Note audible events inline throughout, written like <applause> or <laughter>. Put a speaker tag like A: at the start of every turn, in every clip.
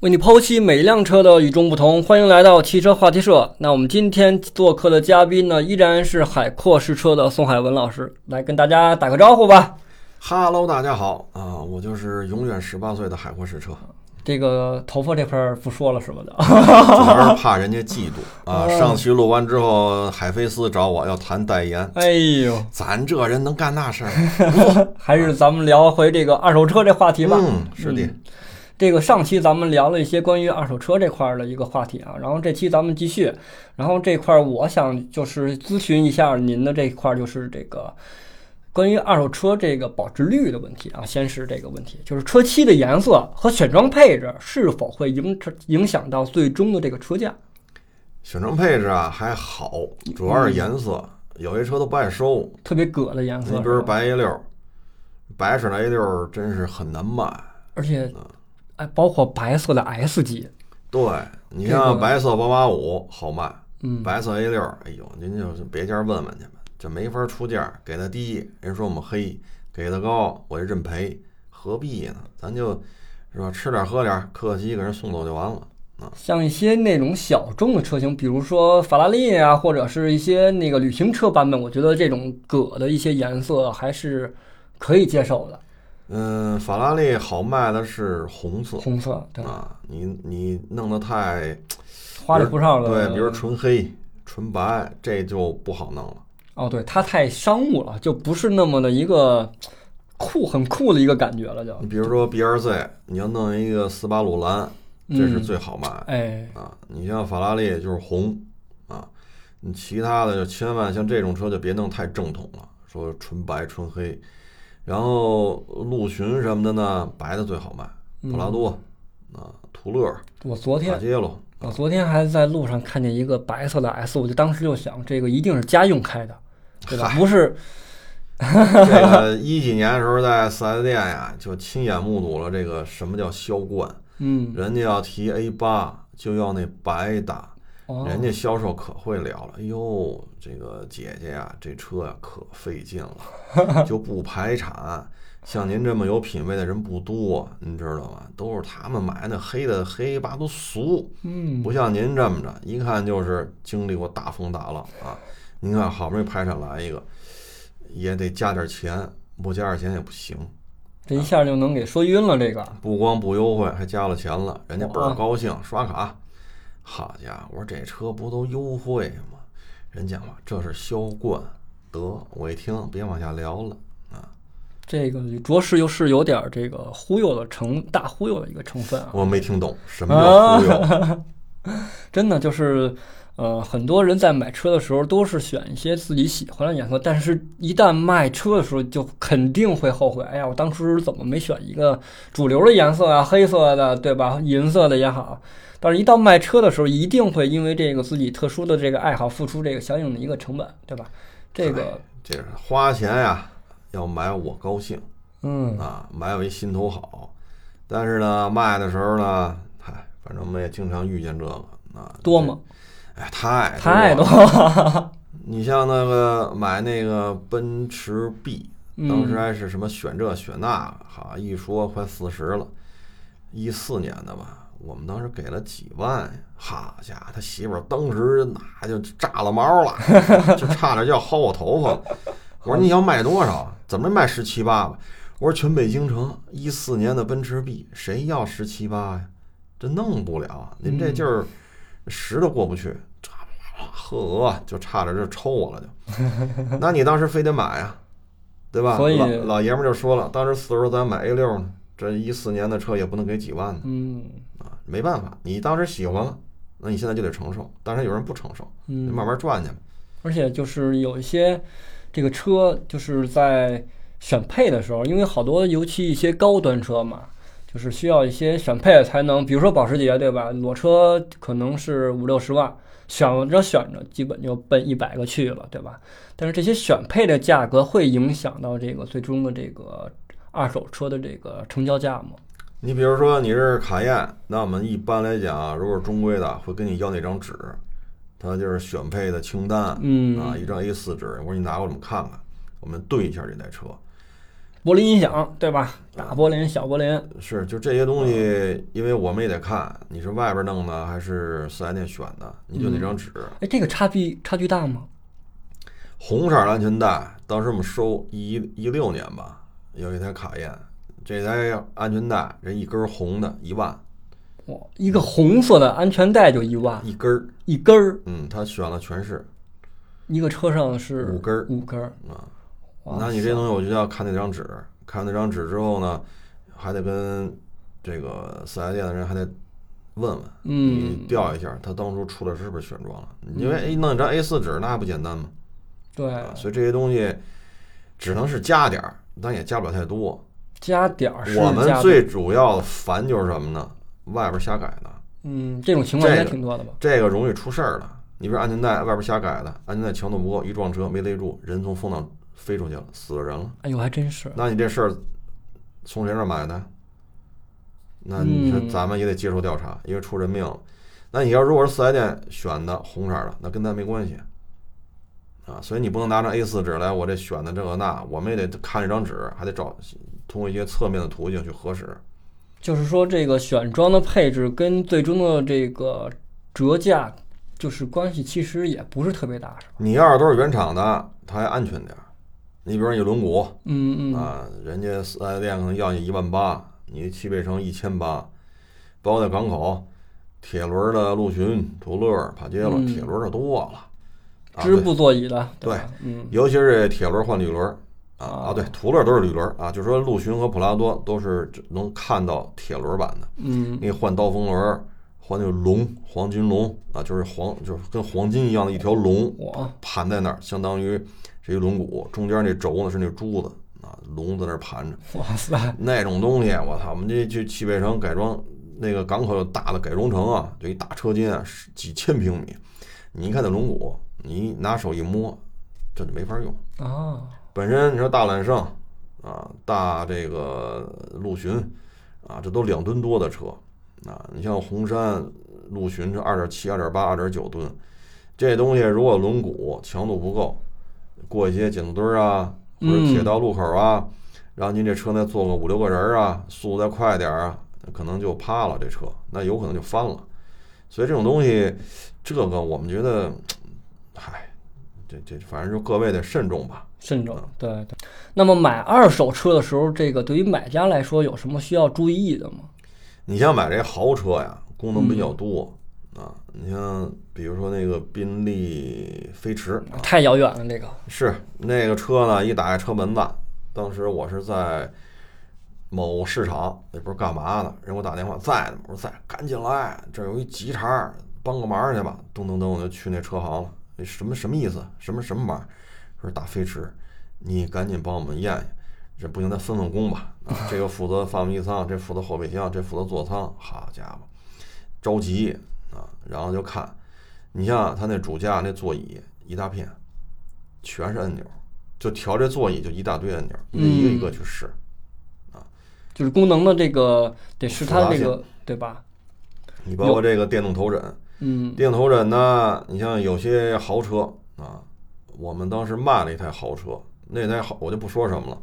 A: 为你剖析每一辆车的与众不同。欢迎来到汽车话题社。那我们今天做客的嘉宾呢，依然是海阔试车的宋海文老师，来跟大家打个招呼吧。
B: 哈喽，大家好啊！我就是永远十八岁的海阔 <laughs> 试车，
A: 这个头发这块儿不说了是吧？
B: 主要是怕人家嫉妒 <laughs> 啊。上期录完之后，海飞丝找我要谈代言，
A: 哎呦，
B: 咱这人能干那事儿？
A: 还是咱们聊回这个二手车这话题吧。
B: 嗯， <laughs> 是的，
A: 这个上期咱们聊了一些关于二手车这块儿的一个话题啊，然后这期咱们继续，然后这块儿我想就是咨询一下您的这块儿，就是这个关于二手车这个保值率的问题啊。先是这个问题，就是车漆的颜色和选装配置是否会影影响到最终的这个车价？
B: 选装配置啊还好，主要是颜色，有些车都不爱收。
A: 特别葛的颜色
B: 你比，如白 A 六，白水的 A 六真是很难卖。
A: 而且哎，包括白色的 S 级，
B: 对你
A: 这个
B: 像白色八八五好卖，
A: 嗯，
B: 白色 A 六，哎呦，您就别家问问去吧，这没法出价，给的低，人说我们黑；给的高，我就认赔，何必呢？咱就是吧，吃点喝点，客气给人送走就完了。
A: 像一些那种小众的车型，比如说法拉利啊，或者是一些那个旅行车版本，我觉得这种葛的一些颜色还是可以接受的。
B: 嗯，法拉利好卖的是红色
A: 红色，对，
B: 啊，你你弄得太
A: 花里胡哨的。
B: 对，比如纯黑、纯白，这就不好弄了。
A: 哦，对，它太商务了，就不是那么的一个酷、很酷的一个感觉了，就。
B: 你比如说 BRZ，你要弄一个斯巴鲁蓝，这
A: 嗯
B: 是最好卖的。
A: 哎，
B: 啊，你像法拉利就是红啊，你其他的就千万像这种车就别弄太正统了，说纯白纯黑，然后陆巡什么的呢，白的最好卖，普拉多、啊，途乐、
A: 我嗯昨
B: 塔
A: 天
B: 杰罗，
A: 我昨天还在路上看见一个白色的 S，我就当时就想，这个一定是家用开的，对吧？不是，
B: <laughs> 这个一几年的时候在四 S 店呀，就亲眼目睹了这个什么叫销冠，
A: 嗯，
B: 人家要提 A 八就要那白的。
A: 哦，
B: 人家销售可会聊了，哎呦，这个姐姐呀、这车呀、可费劲
A: <laughs>
B: 了，就不排产。像您这么有品位的人不多，您知道吗？都是他们买那黑的黑吧都俗，
A: 嗯，
B: 不像您这么着，一看就是经历过大风大浪啊。您看好不容易排产来一个，也得加点钱，不加点钱也不行。
A: 这一下就能给说晕了，这个。
B: 不光不优惠，还加了钱了，人家倍儿高兴，刷
A: 哦
B: 卡。好家伙，我说这车不都优惠吗？人讲话这是销冠，得我一听别往下聊了啊，
A: 这个着实又是有点儿这个忽悠的成大忽悠的一个成分啊，
B: 我没听懂什么叫忽悠，
A: <laughs> 真的就是，呃，很多人在买车的时候都是选一些自己喜欢的颜色，但是一旦卖车的时候就肯定会后悔，哎呀，我当初怎么没选一个主流的颜色啊，黑色的对吧， <laughs> 银色的也好，但是一到卖车的时候，一定会因为这个自己特殊的这个爱好付出这个相应的一个成本，对吧？这个，
B: 这是花钱呀，要买我高兴
A: 嗯，
B: 啊，买我一心头好。但是呢，卖的时候呢，嗨，反正我们也经常遇见这个啊，
A: 多吗？
B: 哎，太
A: 太
B: 多
A: 多
B: 了。
A: 了，
B: 你像那个买那个奔驰 B，
A: 嗯
B: 当时还是什么选这选那，哈，一说快四十了，一四年的吧，我们当时给了几万呀，哈家伙，他媳妇儿当时那就炸了毛了，就差点要薅我头发了。我说你要卖多少？啊怎么着卖十七八吧？我说全北京城一四年的奔驰 B，谁要十七八呀？这弄不了啊，您
A: 嗯
B: 这劲儿十都过不去。呵，啊就差点就抽我了
A: <laughs>
B: 就。那你当时非得买呀，对吧？
A: 所以
B: 老老爷们儿就说了，当时四十咱买 A 六呢，这一四年的车也不能给几万呢
A: 嗯
B: 啊，没办法，你当时喜欢了，那你现在就得承受。当然有人不承受，
A: 嗯
B: 你。慢慢赚去吧。
A: 而且就是有一些这个车就是在选配的时候，因为好多尤其一些高端车嘛，就是需要一些选配才能，比如说保时捷对吧？裸车可能是五六十万，选着选着基本就奔一百个去了，对吧？但是这些选配的价格会影响到这个最终的这个二手车的这个成交价吗？
B: 你比如说你是卡宴，那我们一般来讲啊，如果是中规的，会跟你要那张纸，它就是选配的清单，
A: 嗯
B: 啊，一张 A 4纸，我说你拿过来我们看看，我们对一下这台车。
A: 柏林音响，对吧？大柏林、小柏林，
B: 是，就这些东西，因为我们也得看你是外边弄的还是四 S 店选的，你就那张纸。
A: 哎，这个差距差距大吗？
B: 红色儿的安全带，当时我们收一一六年吧，有一台卡宴，这台安全带人一根儿红的，一万
A: 哇，一个红色的安全带就一万
B: 一根儿，
A: 一根儿，
B: 嗯，他选了全是
A: 一个车上是
B: 五根儿
A: 五根儿。
B: 啊。
A: 哇
B: 那你这东西我就要看那张纸，看那张纸之后呢，还得跟这个四 S 店的人还得问问，
A: 嗯
B: 你调一下他当初出的是不是选装了，因为哎弄一张 A 4纸那不简单嘛，
A: 对，
B: 啊所以这些东西只能是加点儿，但也加不了太多。
A: 加点儿啊是
B: 我们
A: 加
B: 最主要的烦就是什么呢？外边瞎改的，
A: 嗯，这种情况应该
B: 这个
A: 挺多的吧？
B: 这个容易出事儿的。你比如安全带外边瞎改的，安全带强度不够，一撞车没勒住，人从风挡飞出去了，死了人了。
A: 哎呦，还真是。
B: 那你这事儿从谁那儿买的？那你说
A: 嗯
B: 咱们也得接受调查，因为出人命了。那你要如果是四 S 店选的红色儿的，那跟咱没关系啊，所以你不能拿张 A 4纸来，我这选的这个那，我们也得看这张纸，还得找通过一些侧面的途径去核实。
A: 就是说，这个选装的配置跟最终的这个折价，就是关系其实也不是特别大，是吧？
B: 你要是都是原厂的，它还安全点儿。你比如说你轮毂
A: 嗯嗯，
B: 啊，人家四 S 店可能要你一万八，你汽配城一千八，包括在港口，铁轮的陆巡、途乐、帕杰罗，
A: 嗯
B: 铁轮的多了。啊，
A: 织
B: 对，
A: 布座椅的，
B: 对
A: 吧，嗯
B: 尤其是铁轮换铝轮啊
A: 啊
B: 啊，对，途乐都是铝轮啊，就说陆巡和普拉多都是只能看到铁轮版的。
A: 嗯，
B: 你换刀锋轮，换那个龙，黄金龙啊，就是黄，就是跟黄金一样的一条龙，
A: 我
B: 盘在那儿，相当于这一轮毂，中间那轴呢是那珠子啊，龙在那儿盘着。
A: 哇塞，
B: 那种东西，啊我操，我们这去汽配城改装，那个港口有大的改装城啊，就一大车间啊，十几千平米。你一看那轮毂，你拿手一摸，这就没法用。
A: 啊，
B: 本身你说大揽胜啊，大这个陆巡啊，这都两吨多的车啊。你像红山陆巡这二点七、二点八、二点九吨，这东西如果轮毂强度不够，过一些减速墩儿啊，或者
A: 嗯
B: 铁道路口啊，让您这车再坐个五六个人儿啊，速度再快点儿啊，可能就趴了这车，那有可能就翻了。所以这种东西，这个我们觉得，嗨，这这反正就各位得慎重吧。
A: 慎重，
B: 嗯
A: 对对。那么买二手车的时候，这个对于买家来说有什么需要注意的吗？
B: 你像买这豪车呀，功能比较多、啊。你像比如说那个宾利飞驰，
A: 太遥远了，这个，
B: 是那个车呢，一打开车门子，当时我是在某市场，也不是干嘛的，人给我打电话在呢，我说在，赶紧来，这儿有一急茬儿，帮个忙去吧。噔噔噔，我就去那车行了，那什么什么意思？什么什么忙？说打飞驰，你赶紧帮我们验验。这不行，咱分分工吧。啊，这个负责发动机舱，这负责后备箱，这负责座舱。好家伙，着急啊！然后就看，你像他那主驾那座椅一大片，全是按钮，就调这座椅就一大堆按钮，你得一个一个去试。
A: 就是功能的这个得是它这
B: 复杂
A: 个对吧？
B: 你包括这个电动头枕，
A: 嗯
B: 电动头枕呢，你像有些豪车啊，我们当时卖了一台豪车，那台豪我就不说什么了。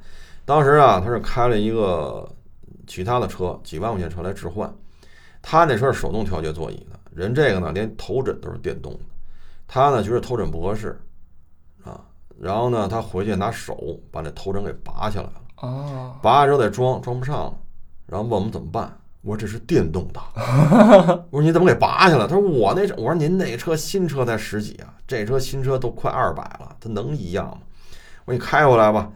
B: 当时啊，他是开了一个其他的车，几万块钱车来置换，他那车是手动调节座椅的，人这个呢连头枕都是电动的，他呢觉得头枕不合适啊，然后呢他回去拿手把那头枕给拔下来了。
A: 啊，
B: 拔完之后再装，装不上了，然后问我们怎么办。我说这是电动的，我说你怎么给拔下来？他说我那车，我说您那车新车才十几啊，这车新车都快二百了，它能一样吗？我说你开回来吧。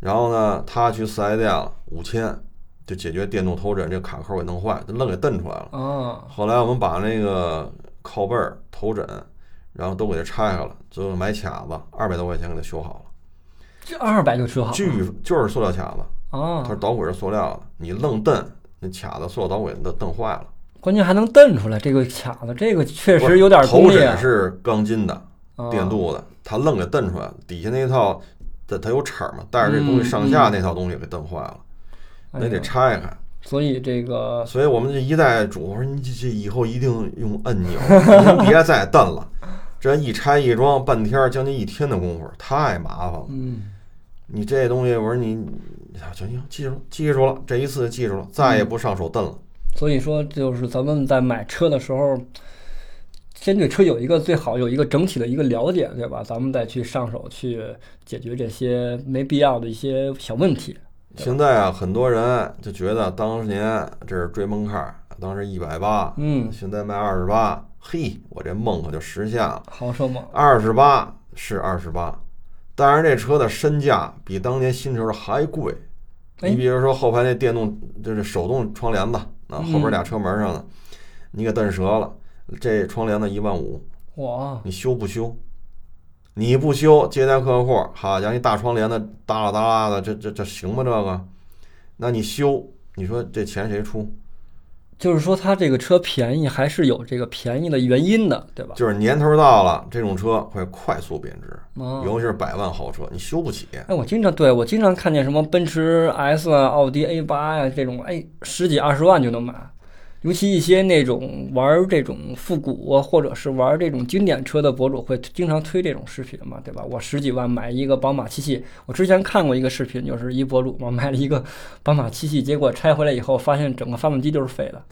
B: 然后呢，他去四 S 店了，五千就解决电动头枕这卡扣给弄坏，就愣给蹬出来了。
A: 啊，
B: 后来我们把那个靠背儿、头枕，然后都给它拆开了，最后买卡子二百多块钱给它修好
A: 这二百就车
B: 了，
A: 好
B: 据就是塑料卡子。
A: 啊
B: 它，是导轨是塑料的，你愣蹬，那卡子塑料导轨都蹬坏了。
A: 关键还能蹬出来这个卡子，这个确
B: 不
A: 实
B: 是
A: 有点功
B: 头
A: 力
B: 枕
A: 啊。
B: 是钢筋的，
A: 啊
B: 电镀的，它愣给蹬出来了。底下那套，它它有齿儿嘛，带着这东西上下那套东西给蹬坏了，
A: 嗯哎
B: 那
A: 呦呃
B: 得拆开。
A: 所以这个
B: 所以我们这一代主我说你这这以后一定用按钮，您别再蹬了。这一拆一装，半天儿将近一天的功夫，太麻烦了。
A: 嗯，
B: 你这东西，我说你，啊行行，记住了，记住了，这一次记住了，再
A: 嗯
B: 也不上手蹬了。
A: 所以说，就是咱们在买车的时候，先对车有一个最好有一个整体的一个了解，对吧？咱们再去上手去解决这些没必要的一些小问题。
B: 现在啊，很多人就觉得当年这是追梦看，当时一百八，
A: 嗯，
B: 现在卖二十八，嘿，我这梦可就实现了。
A: 豪车嘛，
B: 二十八是二十八，当然这车的身价比当年新车的还贵。
A: 哎
B: 你比如说后排那电动，就是手动窗帘子，那后边
A: 嗯
B: 俩车门上的，你给蹬折了，这窗帘子一万五，
A: 哇，
B: 你修不修？你不修，接待客户，好家伙，一大窗帘子耷拉耷拉的，这这这行吗？这个？那你修，你说这钱谁出？
A: 就是说它这个车便宜还是有这个便宜的原因的，对吧？
B: 就是年头到了，这种车会快速贬值，
A: 啊，
B: 尤其是百万豪车，你修不起。
A: 哎，我经常对我经常看见什么奔驰 S 啊、奥迪 A 八呀、这种，哎，十几二十万就能买。尤其一些那种玩这种复古啊，或者是玩这种经典车的博主，会经常推这种视频嘛，对吧？我十几万买一个宝马七系，我之前看过一个视频，就是一博主嘛买了一个宝马七系，结果拆回来以后发现整个发动机都是废的。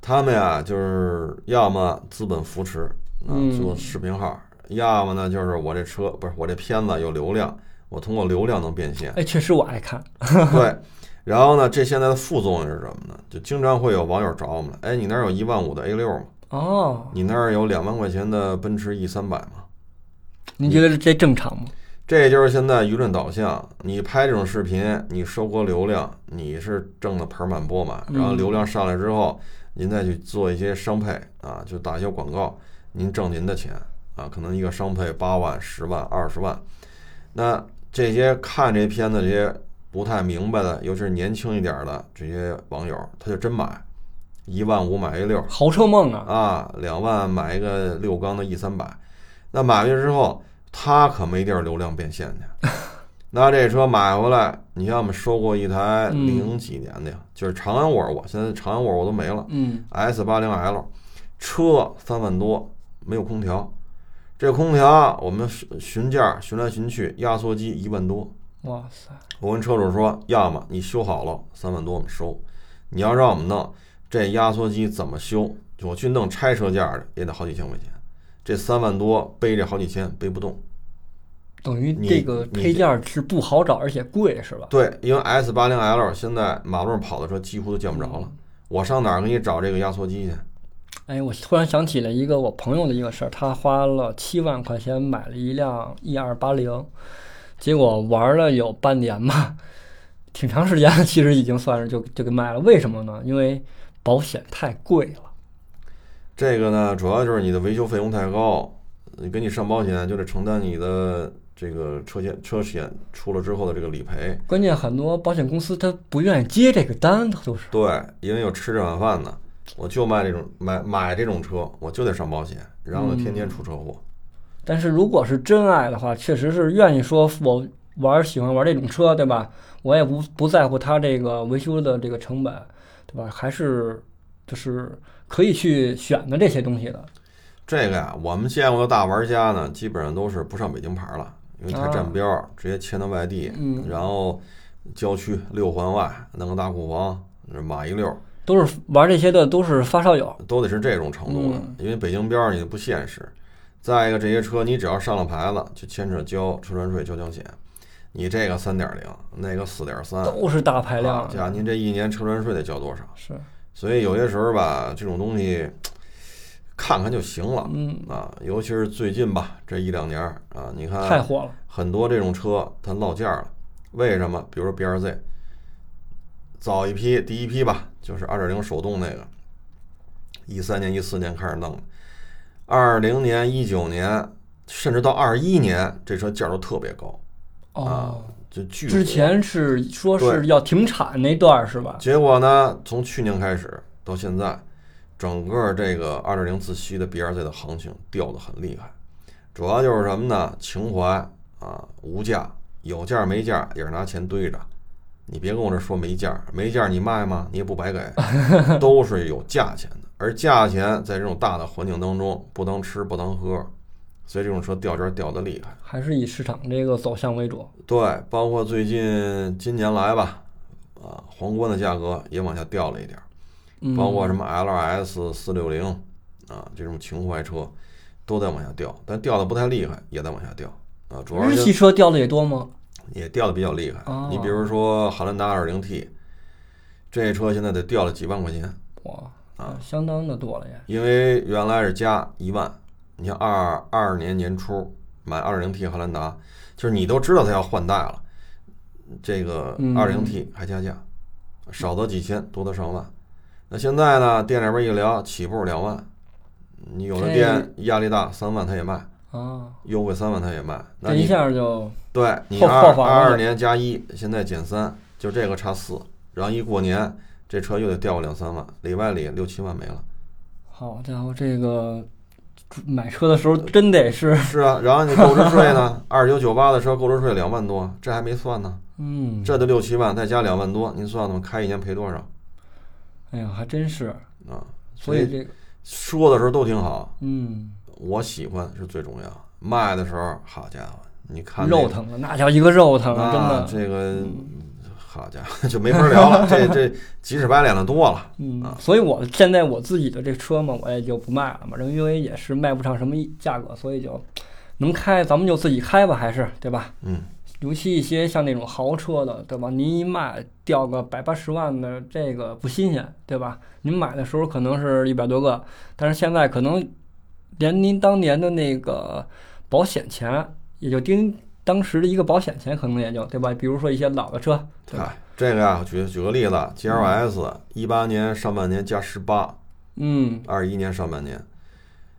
B: 他们呀，就是要么资本扶持，啊
A: 嗯，
B: 做视频号；要么呢，就是我这车不是我这片子有流量，我通过流量能变现。
A: 哎，确实我爱看，
B: 对，然后呢，这现在的副作用是什么呢？就经常会有网友找我们来，哎，你那儿有一万五的 A 六吗？
A: 哦，
B: 你那儿有两万块钱的奔驰 E 三百吗？
A: 您觉得这正常吗？
B: 这就是现在舆论导向，你拍这种视频，你收割流量，你是挣的盆满钵满，
A: 嗯
B: 然后流量上来之后，您再去做一些商配啊，就打一些广告，您挣您的钱啊，可能一个商配八万、十万、二十万，那这些看这片子这些不太明白的，尤其是年轻一点儿的这些网友，他就真买一万五买 A 六，
A: 豪车梦啊，
B: 啊，两万买一个六缸的 E 三百，那买回去之后，他可没地儿流量变现去。那这车买回来，你像我们收过一台
A: 嗯
B: 零几年的呀，就是长安沃尔沃，现在长安沃尔沃都没了
A: 嗯，
B: ，S 八零 L，车三万多，没有空调，这空调我们询询价询来询去，压缩机一万多，
A: 哇塞，
B: 我跟车主说，要么你修好了三万多我们收，你要让我们弄这压缩机怎么修？我去弄拆车架的也得好几千块钱，这三万多背这好几千背不动。
A: 等于
B: 你
A: 这个
B: 你
A: 配件儿是不好找，而且贵，是吧？
B: 对，因为 S 八零 L 现在马路上跑的车几乎都见不着了，我上哪儿给你找这个压缩机去？
A: 哎，我突然想起了一个我朋友的一个事儿，他花了七万块钱买了一辆 E 二八零，结果玩了有半年吧，挺长时间了，其实已经算是就就给卖了。为什么呢？因为保险太贵了。
B: 这个呢，主要就是你的维修费用太高，你给你上保险就得承担你的这个车险车险出了之后的这个理赔。
A: 关键很多保险公司他不愿意接这个单，他都是
B: 对，因为有吃这碗饭呢，我就卖这种买买这种车，我就得上保险，然后呢天天出车祸。
A: 但是如果是真爱的话，确实是愿意说我玩儿喜欢玩这种车，对吧？我也不不在乎它这个维修的这个成本，对吧？还是就是可以去选的这些东西的。
B: 这个呀、我们见过的大玩家呢，基本上都是不上北京牌了，因为太占标，直接迁到外地，
A: 嗯
B: 然后郊区六环外弄个大库房，买一溜儿，
A: 都是玩这些的都是发烧友。
B: 都得是这种程度的，
A: 嗯
B: 因为北京边儿你不现实。再一个，这些车你只要上了牌子，就牵扯交车船税、交强险，你这个三点零，那个四点三，
A: 都是大排
B: 好
A: 量，
B: 家伙，您这一年车船税得交多少？
A: 是，
B: 所以有些时候吧，这种东西看看就行了
A: 嗯，
B: 啊。尤其是最近吧，这一两年儿啊，你
A: 太
B: 看
A: 火了，
B: 很多这种车它落价了，为什么？比如说 B R Z，早一批第一批吧，就是二点零手动那个，一三年、一四年开始弄的，二零年、一九年，甚至到二一年，这车价儿都特别高，
A: 哦
B: 啊，就巨
A: 之
B: 火
A: 前是说是
B: 对
A: 要停产那段儿是吧？
B: 啊结果呢，从去年开始到现在，整个这个二点零自吸的 BRZ 的行情掉的很厉害，主要就是什么呢？情怀啊，无价，有价没价也是拿钱堆着。你别跟我这说没价，没价你卖吗？你也不白给，都是有价钱的。而价钱在这种大的环境当中，不当吃不当喝，所以这种车掉价掉的厉害。
A: 还是以市场这个走向为主。
B: 对，包括最近今年来吧，啊，皇冠的价格也往下掉了一点儿，
A: 嗯，
B: 包括什么 LS 四六零啊这种情怀车，都在往下掉，但掉的不太厉害，也在往下掉啊，主要
A: 日
B: 是
A: 系车掉的也多吗？
B: 也掉的比较厉害。
A: 哦
B: 你比如说汉兰达 2.0T，这车现在得掉了几万块钱，
A: 哇，
B: 啊
A: 相当的多了呀。
B: 因为原来是加一万，你像二二年年初买 2.0T 汉兰达，就是你都知道它要换代了，这个
A: 嗯
B: 2.0T 还加价，少则几千，多则上万。那现在呢，店里边一聊，起步两万，你有的
A: 这
B: 店压力大，三万他也卖，
A: 啊，
B: 优惠三万他也卖。那
A: 这一
B: 你
A: 下就
B: 对你
A: 后
B: 二
A: 后防
B: 二
A: 了
B: 二年加一，现在减三，就这个差四，然后一过年这车又得掉个两三万，里外里六七万没了。
A: 好家伙，这个买车的时候真得是，
B: 是啊，然后你购置税呢， <laughs> 二九九八的车购置税两万多，这还没算呢，
A: 嗯，
B: 这得六七万，再加两万多，您算算开一年赔多少
A: 哎呀，还真是。
B: 啊？
A: 所以这个，
B: 说的时候都挺好，
A: 嗯，
B: 我喜欢是最重要，卖的时候，好家伙，你看那
A: 肉疼啊了，那叫一个肉疼
B: 啊
A: 啊，，真的。
B: 这个好家伙 <laughs> 就没法聊
A: <laughs>
B: 了，这这急赤白脸的多了，
A: 嗯
B: 啊，
A: 所以我现在我自己的这车嘛，我也就不卖了嘛，因为也是卖不上什么价格，所以就能开咱们就自己开吧，还是对吧？
B: 嗯，
A: 尤其一些像那种豪车的，对吧？您一卖掉个百八十万的，这个不新鲜，对吧？您买的时候可能是一百多个，但是现在可能连您当年的那个保险钱，也就盯当时的一个保险钱，可能也就对吧？比如说一些老的车，对吧？
B: 嗨，这个呀，举举个例子，G 啊 L S 一八年上半年加十八，
A: 嗯，
B: 二一年上半年，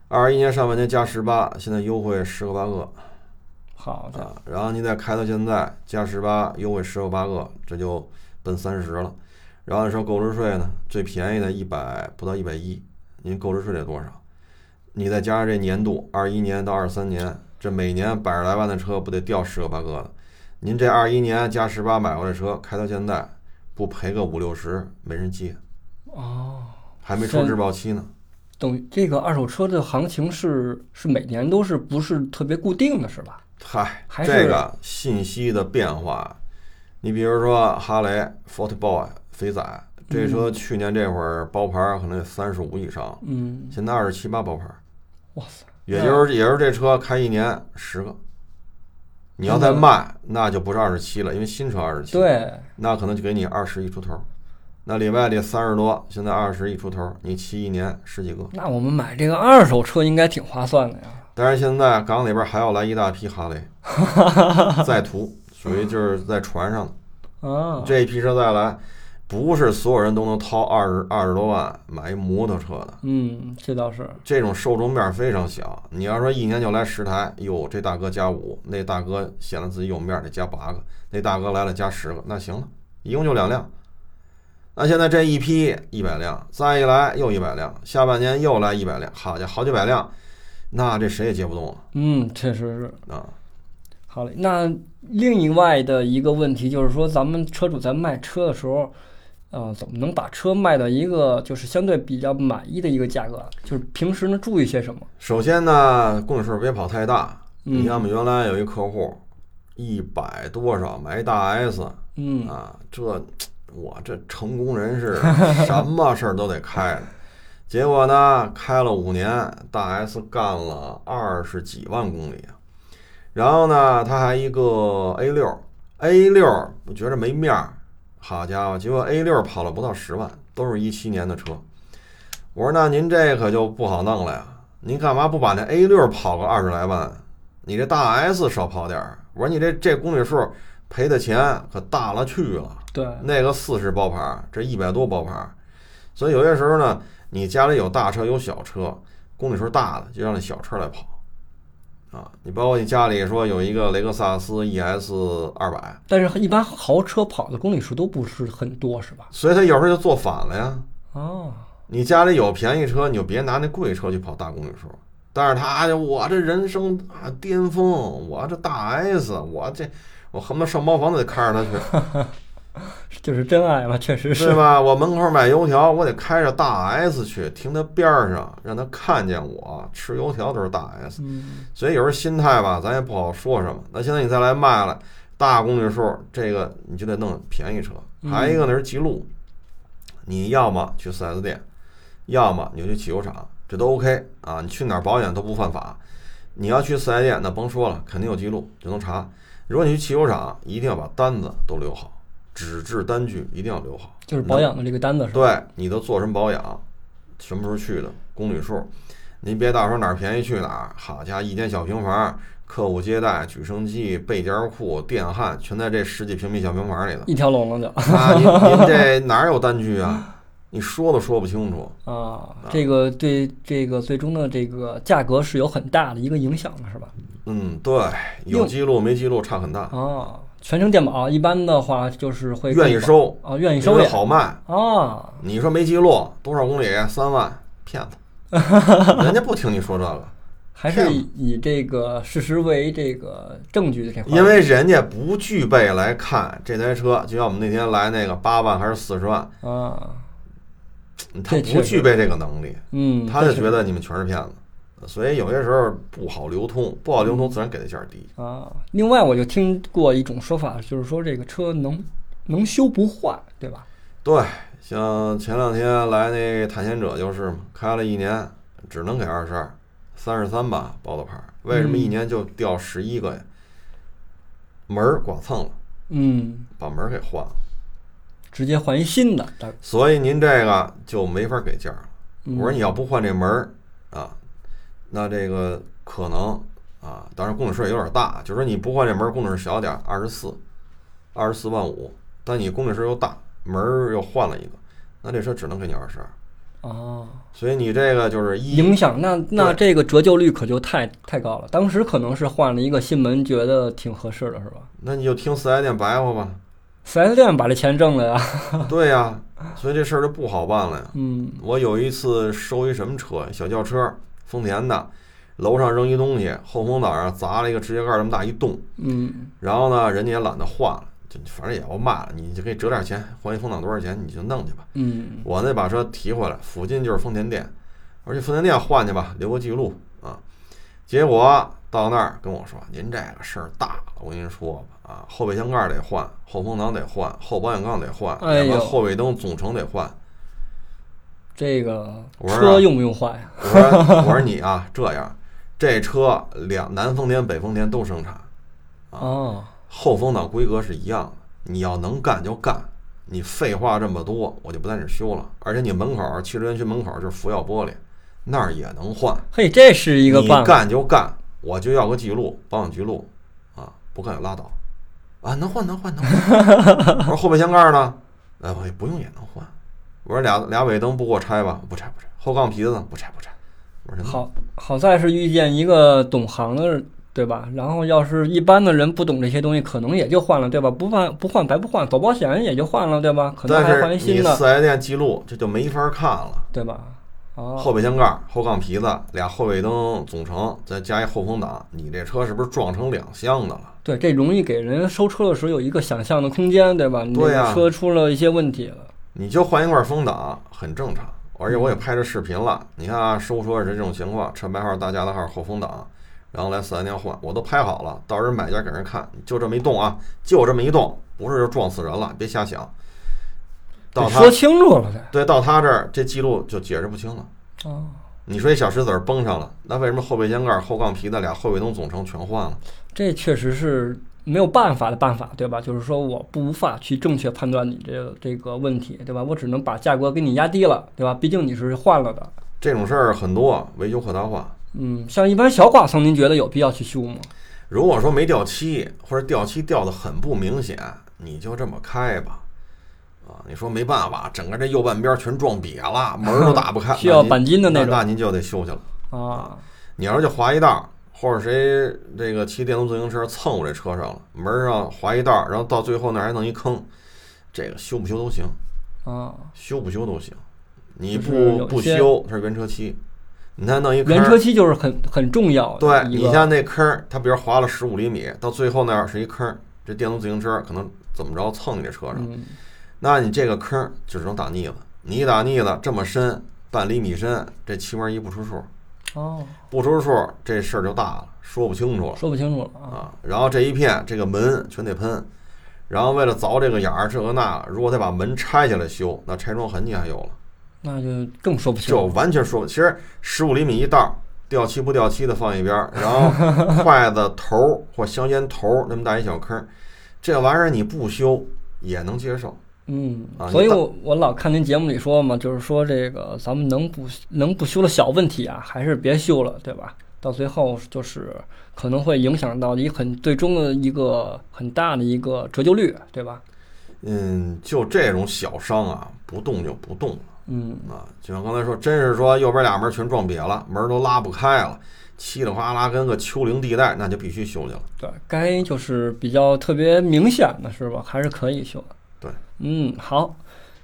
B: 二一年上半年加十八，现在优惠十个八个。
A: 好的，
B: 啊，然后您再开到现在加十八，优惠十个八个，这就奔三十了。然后你说购置税呢，最便宜的一百不到一百一，您购置税得多少？你再加上这年度二一年到二三年，这每年百十来万的车不得掉十个八个的？您这二一年加十八买过来车，开到现在不赔个五六十，没人接，
A: 哦。
B: 还没出
A: 是
B: 质保期呢。
A: 等于这个二手车的行情是是每年都是不是特别固定的，是吧？
B: 嗨，
A: 还是
B: 这个信息的变化，你比如说哈雷、Fort Boy、肥仔这车，去年这会儿包牌可能有三十五以上，
A: 嗯，
B: 现在二十七八包牌，
A: 哇塞，
B: 也就是也就是这车开一年十个，你要再卖，那就不是二十七了，因为新车二十七，，
A: 对，
B: 那可能就给你二十一出头。那里外里三十多，现在二十一出头，你骑一年十几个。
A: 那我们买这个二手车应该挺划算的呀。
B: 但是现在港里边还要来一大批哈
A: <laughs>
B: 雷，在途，属于就是在船上的。
A: 啊，
B: 这一批车再来，不是所有人都能掏二十二十多万买一摩托车的，
A: 嗯，这倒是，
B: 这种受众面非常小。你要说一年就来十台，哟，这大哥加五，那大哥显得自己有面儿得加八个，那大哥来了加十个，那行了，一共就两辆。那现在这一批一百辆，再一来又一百辆，下半年又来一百辆，好家伙，好几百辆，那这谁也接不动了
A: 嗯，确实是。
B: 啊！
A: 好嘞，那另外的一个问题就是说，咱们车主在卖车的时候，呃，怎么能把车卖到一个就是相对比较满意的一个价格？啊就是平时呢注意些什么？
B: 首先呢，公里数别跑太大。
A: 嗯
B: 你像我们原来有一客户，一百多少买一大 S
A: 嗯，
B: 啊，这我这成功人士什么事儿都得开着。结果呢，开了五年，大 S 干了二十几万公里啊。然后呢，他还一个 A 六，A 六我觉着没面儿，好家伙，结果 A 六跑了不到十万，都是一七年的车。我说那您这可就不好弄了呀，您干嘛不把那 A 六跑个二十来万？你这大 S 少跑点儿。我说你这这公里数赔的钱可大了去了，
A: 对，
B: 那个四十包牌，这一百多包牌，所以有些时候呢，你家里有大车有小车，公里数大的就让那小车来跑，啊，你包括你家里说有一个雷克萨斯 ES 二百，
A: 但是一般豪车跑的公里数都不是很多，是吧？
B: 所以他有时候就做反了呀。
A: 哦，
B: 你家里有便宜车，你就别拿那贵车去跑大公里数。但是他，哎我这人生啊巅峰，我这大 S，我这我恨不得上茅房都得看着他去。
A: 就是真爱嘛， <laughs> 确实
B: 对
A: 是。
B: 吧？我门口买油条，我得开着大 S 去，停他边儿上，让他看见我吃油条都是大 S。
A: 嗯，
B: 所以有时候心态吧，咱也不好说什么。那现在你再来卖了，大公里数，这个你就得弄便宜车。
A: 嗯
B: 还有一个呢是记录，你要么去 4S 店，要么你就去汽修厂，这都 OK 啊。你去哪儿保养都不犯法。你要去 4S 店，那甭说了，肯定有记录，就能查。如果你去汽修厂，一定要把单子都留好，纸质单据一定要留好。
A: 就是保养的这个单子是吧？
B: 对，你都做什么保养，什么时候去的，公里数，您别到时候哪儿便宜去哪儿。好家伙，一间小平房，客户接待、举升机、背间库、电焊，全在这十几平米小平房里
A: <laughs>
B: 头。
A: 一条龙了就
B: 啊，您您这哪有单据啊？你说都说不清楚。
A: 啊，这个对这个最终的这个价格是有很大的一个影响的，是吧？
B: 嗯，对，有
A: 用
B: 记录没记录差很大。
A: 啊，全程电保一般的话就是会
B: 愿意收，
A: 啊，愿意
B: 因
A: 收
B: 为
A: 敛
B: 好卖。
A: 啊，
B: 你说没记录多少公里？三万，骗
A: <laughs>
B: 子，人家不听你说这个。
A: 还是
B: 骗
A: 以以这个事实为这个证据的这块儿，
B: 因为人家不具备来看这台车，就像我们那天来那个八万还是四十万，
A: 啊，
B: 他
A: 这确
B: 不
A: 实
B: 具备这个能力，
A: 嗯，
B: 他就
A: 这是
B: 觉得你们全是骗子，所以有些时候不好流通，不好流
A: 嗯
B: 通自然给的价低。
A: 啊。另外，我就听过一种说法，就是说这个车能能修不坏，对吧？
B: 对，像前两天来那探险者就是嘛，开了一年只能给二十二、三十三吧报的牌儿，为什么
A: 嗯
B: 一年就掉十一个呀？门儿剐蹭了，
A: 嗯，
B: 把门儿给换了，
A: 直接换一新的，大
B: 所以您这个就没法给价儿了。
A: 嗯
B: 我说你要不换这门儿啊，那这个可能啊，当然公里数也有点大，就说你不换这门儿，公里数小点，二十四，二十四万五，但你公里数又大，门儿又换了一个，那这车只能给你二十二，
A: 啊，
B: 所以你这个就是一
A: 影响那那这个折旧率可就太太高了。当时可能是换了一个新门，觉得挺合适的，是吧？
B: 那你就听四 S 店白话吧，
A: 4 S 店把这钱挣了呀，
B: 对呀、所以这事儿就不好办了呀。
A: 嗯
B: 我有一次收一什么车，小轿车，丰田的，楼上扔一东西，后风挡上砸了一个指甲盖儿这么大一洞。
A: 嗯
B: 然后呢，人家也懒得换了，就反正也要卖了，你就给折点钱，换一风挡多少钱你就弄去吧。
A: 嗯
B: 我那把车提回来，附近就是丰田店，我说去丰田店换去吧，留个记录啊。结果到那儿跟我说，您这个事儿大了，我跟您说吧啊，后备箱盖得换，后风挡得换，后保险杠得换，
A: 哎呦
B: 两个后尾灯总成得换。
A: 这个
B: 我说啊
A: 车用不用换呀？
B: 我说我说你啊，这样，这车两南丰田、北丰田都生产，啊
A: 哦，
B: 后风挡规格是一样的，你要能干就干，你废话这么多，我就不在那儿修了。而且你门口汽车园区门口就是福耀玻璃，那儿也能换，
A: 嘿，这是一个办
B: 你
A: 法，
B: 干就干，我就要个记录，保养记录啊，不干就拉倒啊，能换能换能换。我说后备箱盖呢？哎，我也不用也能换。我说俩俩尾灯不给我拆吧？不拆不拆。后杠皮子呢？不拆不拆。我说
A: 好，好在是遇见一个懂行的人，对吧？然后要是一般的人不懂这些东西，可能也就换了，对吧？不换不换白不换，走保险也就换了，对吧？可能
B: 但
A: 还
B: 是
A: 换一
B: 你
A: 新的，
B: 四 S 店记录这就没法看了。
A: 对吧？哦，
B: 后备箱盖、后杠皮子、俩后尾灯总成，再加一后风挡，你这车是不是撞成两厢的了？
A: 对，这容易给人收车的时候有一个想象的空间，对吧？你这
B: 对啊
A: 个
B: 呀
A: 车出了一些问题了，
B: 你就换一块风挡，很正常。而且我也
A: 嗯
B: 拍着视频了，你看啊，收车是这种情况，车牌号、大家的号、后风挡，然后来四 S 店换，我都拍好了，到时候买家给人看，就这么一动啊，就这么一动，不是就撞死人了，别瞎想。到
A: 得
B: 他
A: 说清楚了再。
B: 对到他这儿，这记录就解释不清了。
A: 哦，
B: 你说一小石子儿崩上了，那为什么后备箱盖、后杠皮子俩后尾灯总成全换了？
A: 这确实是没有办法的办法，对吧？就是说我不无法去正确判断你这个这个问题，对吧？我只能把价格给你压低了，对吧？毕竟你是换了的。
B: 这种事儿很多，维修可大化。
A: 嗯，像一般小剐蹭，您觉得有必要去修吗？
B: 如果说没掉漆，或者掉漆掉的很不明显，你就这么开吧。啊，你说没办法，整个这右半边全撞瘪了，门儿都打不开，
A: <laughs> 需要
B: 那您
A: 钣金的那
B: 那
A: 种
B: 那您就得修去了。
A: 啊，
B: 你要是就划一道，或者谁这个骑电动自行车蹭我这车上了，门儿上划一道，然后到最后那儿还弄一坑，这个修不修都行，
A: 啊，
B: 修不修都行。你
A: 就
B: 不
A: 是有
B: 不
A: 些
B: 修，它是原车漆，你再弄一坑
A: 原
B: 儿
A: 车漆就是很很重要的
B: 对
A: 一
B: 你
A: 个
B: 像那坑儿，它比如划了十五厘米，到最后那儿是一坑儿，这电动自行车可能怎么着蹭你这车上，
A: 嗯
B: 那你这个坑儿就只能打腻子，你一打腻子这么深，半厘米深，这气门一不出数，
A: 哦，
B: 不出数这事儿就大了，说不清楚了
A: 说不清楚了啊，
B: 啊。然后这一片这个门全得喷，然后为了凿这个眼儿这个那，如果再把门拆下来修，那拆装痕迹还有了，
A: 那就更说不清
B: 就
A: 了。
B: 完全说不。其实十五厘米一道儿，掉漆不掉漆的放一边儿，然后筷子头儿或香烟头儿那么大一小坑儿，这玩意儿你不修也能接受。
A: 嗯
B: 啊，
A: 所以
B: 你大
A: 我我老看您节目里说嘛，就是说这个咱们能不能不修的小问题啊，还是别修了，对吧？到最后就是可能会影响到一个很最终的一个很大的一个折旧率，对吧？
B: 嗯，就这种小伤啊，不动就不动了
A: 嗯，
B: 啊。就像刚才说，真是说右边俩门全撞瘪了，门都拉不开了，稀里哗啦跟个丘陵地带，那就必须修去了。
A: 对，该就是比较特别明显的是吧？还是可以修的。
B: 对，
A: 嗯，好，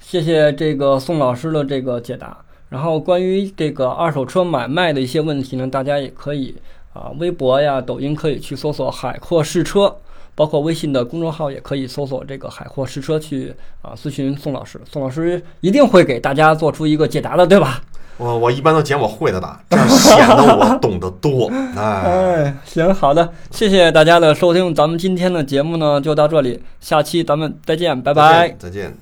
A: 谢谢这个宋老师的这个解答。然后关于这个二手车买卖的一些问题呢，大家也可以啊，微博呀、抖音可以去搜索“海阔试车”，包括微信的公众号也可以搜索这个“海阔试车”去啊咨询宋老师，宋老师一定会给大家做出一个解答的，对吧？
B: 我我一般都捡我会的打，这样显得我懂得多。哎，
A: 哎，行，好的，谢谢大家的收听，咱们今天的节目呢就到这里，下期咱们再见，拜拜。
B: 再见。再见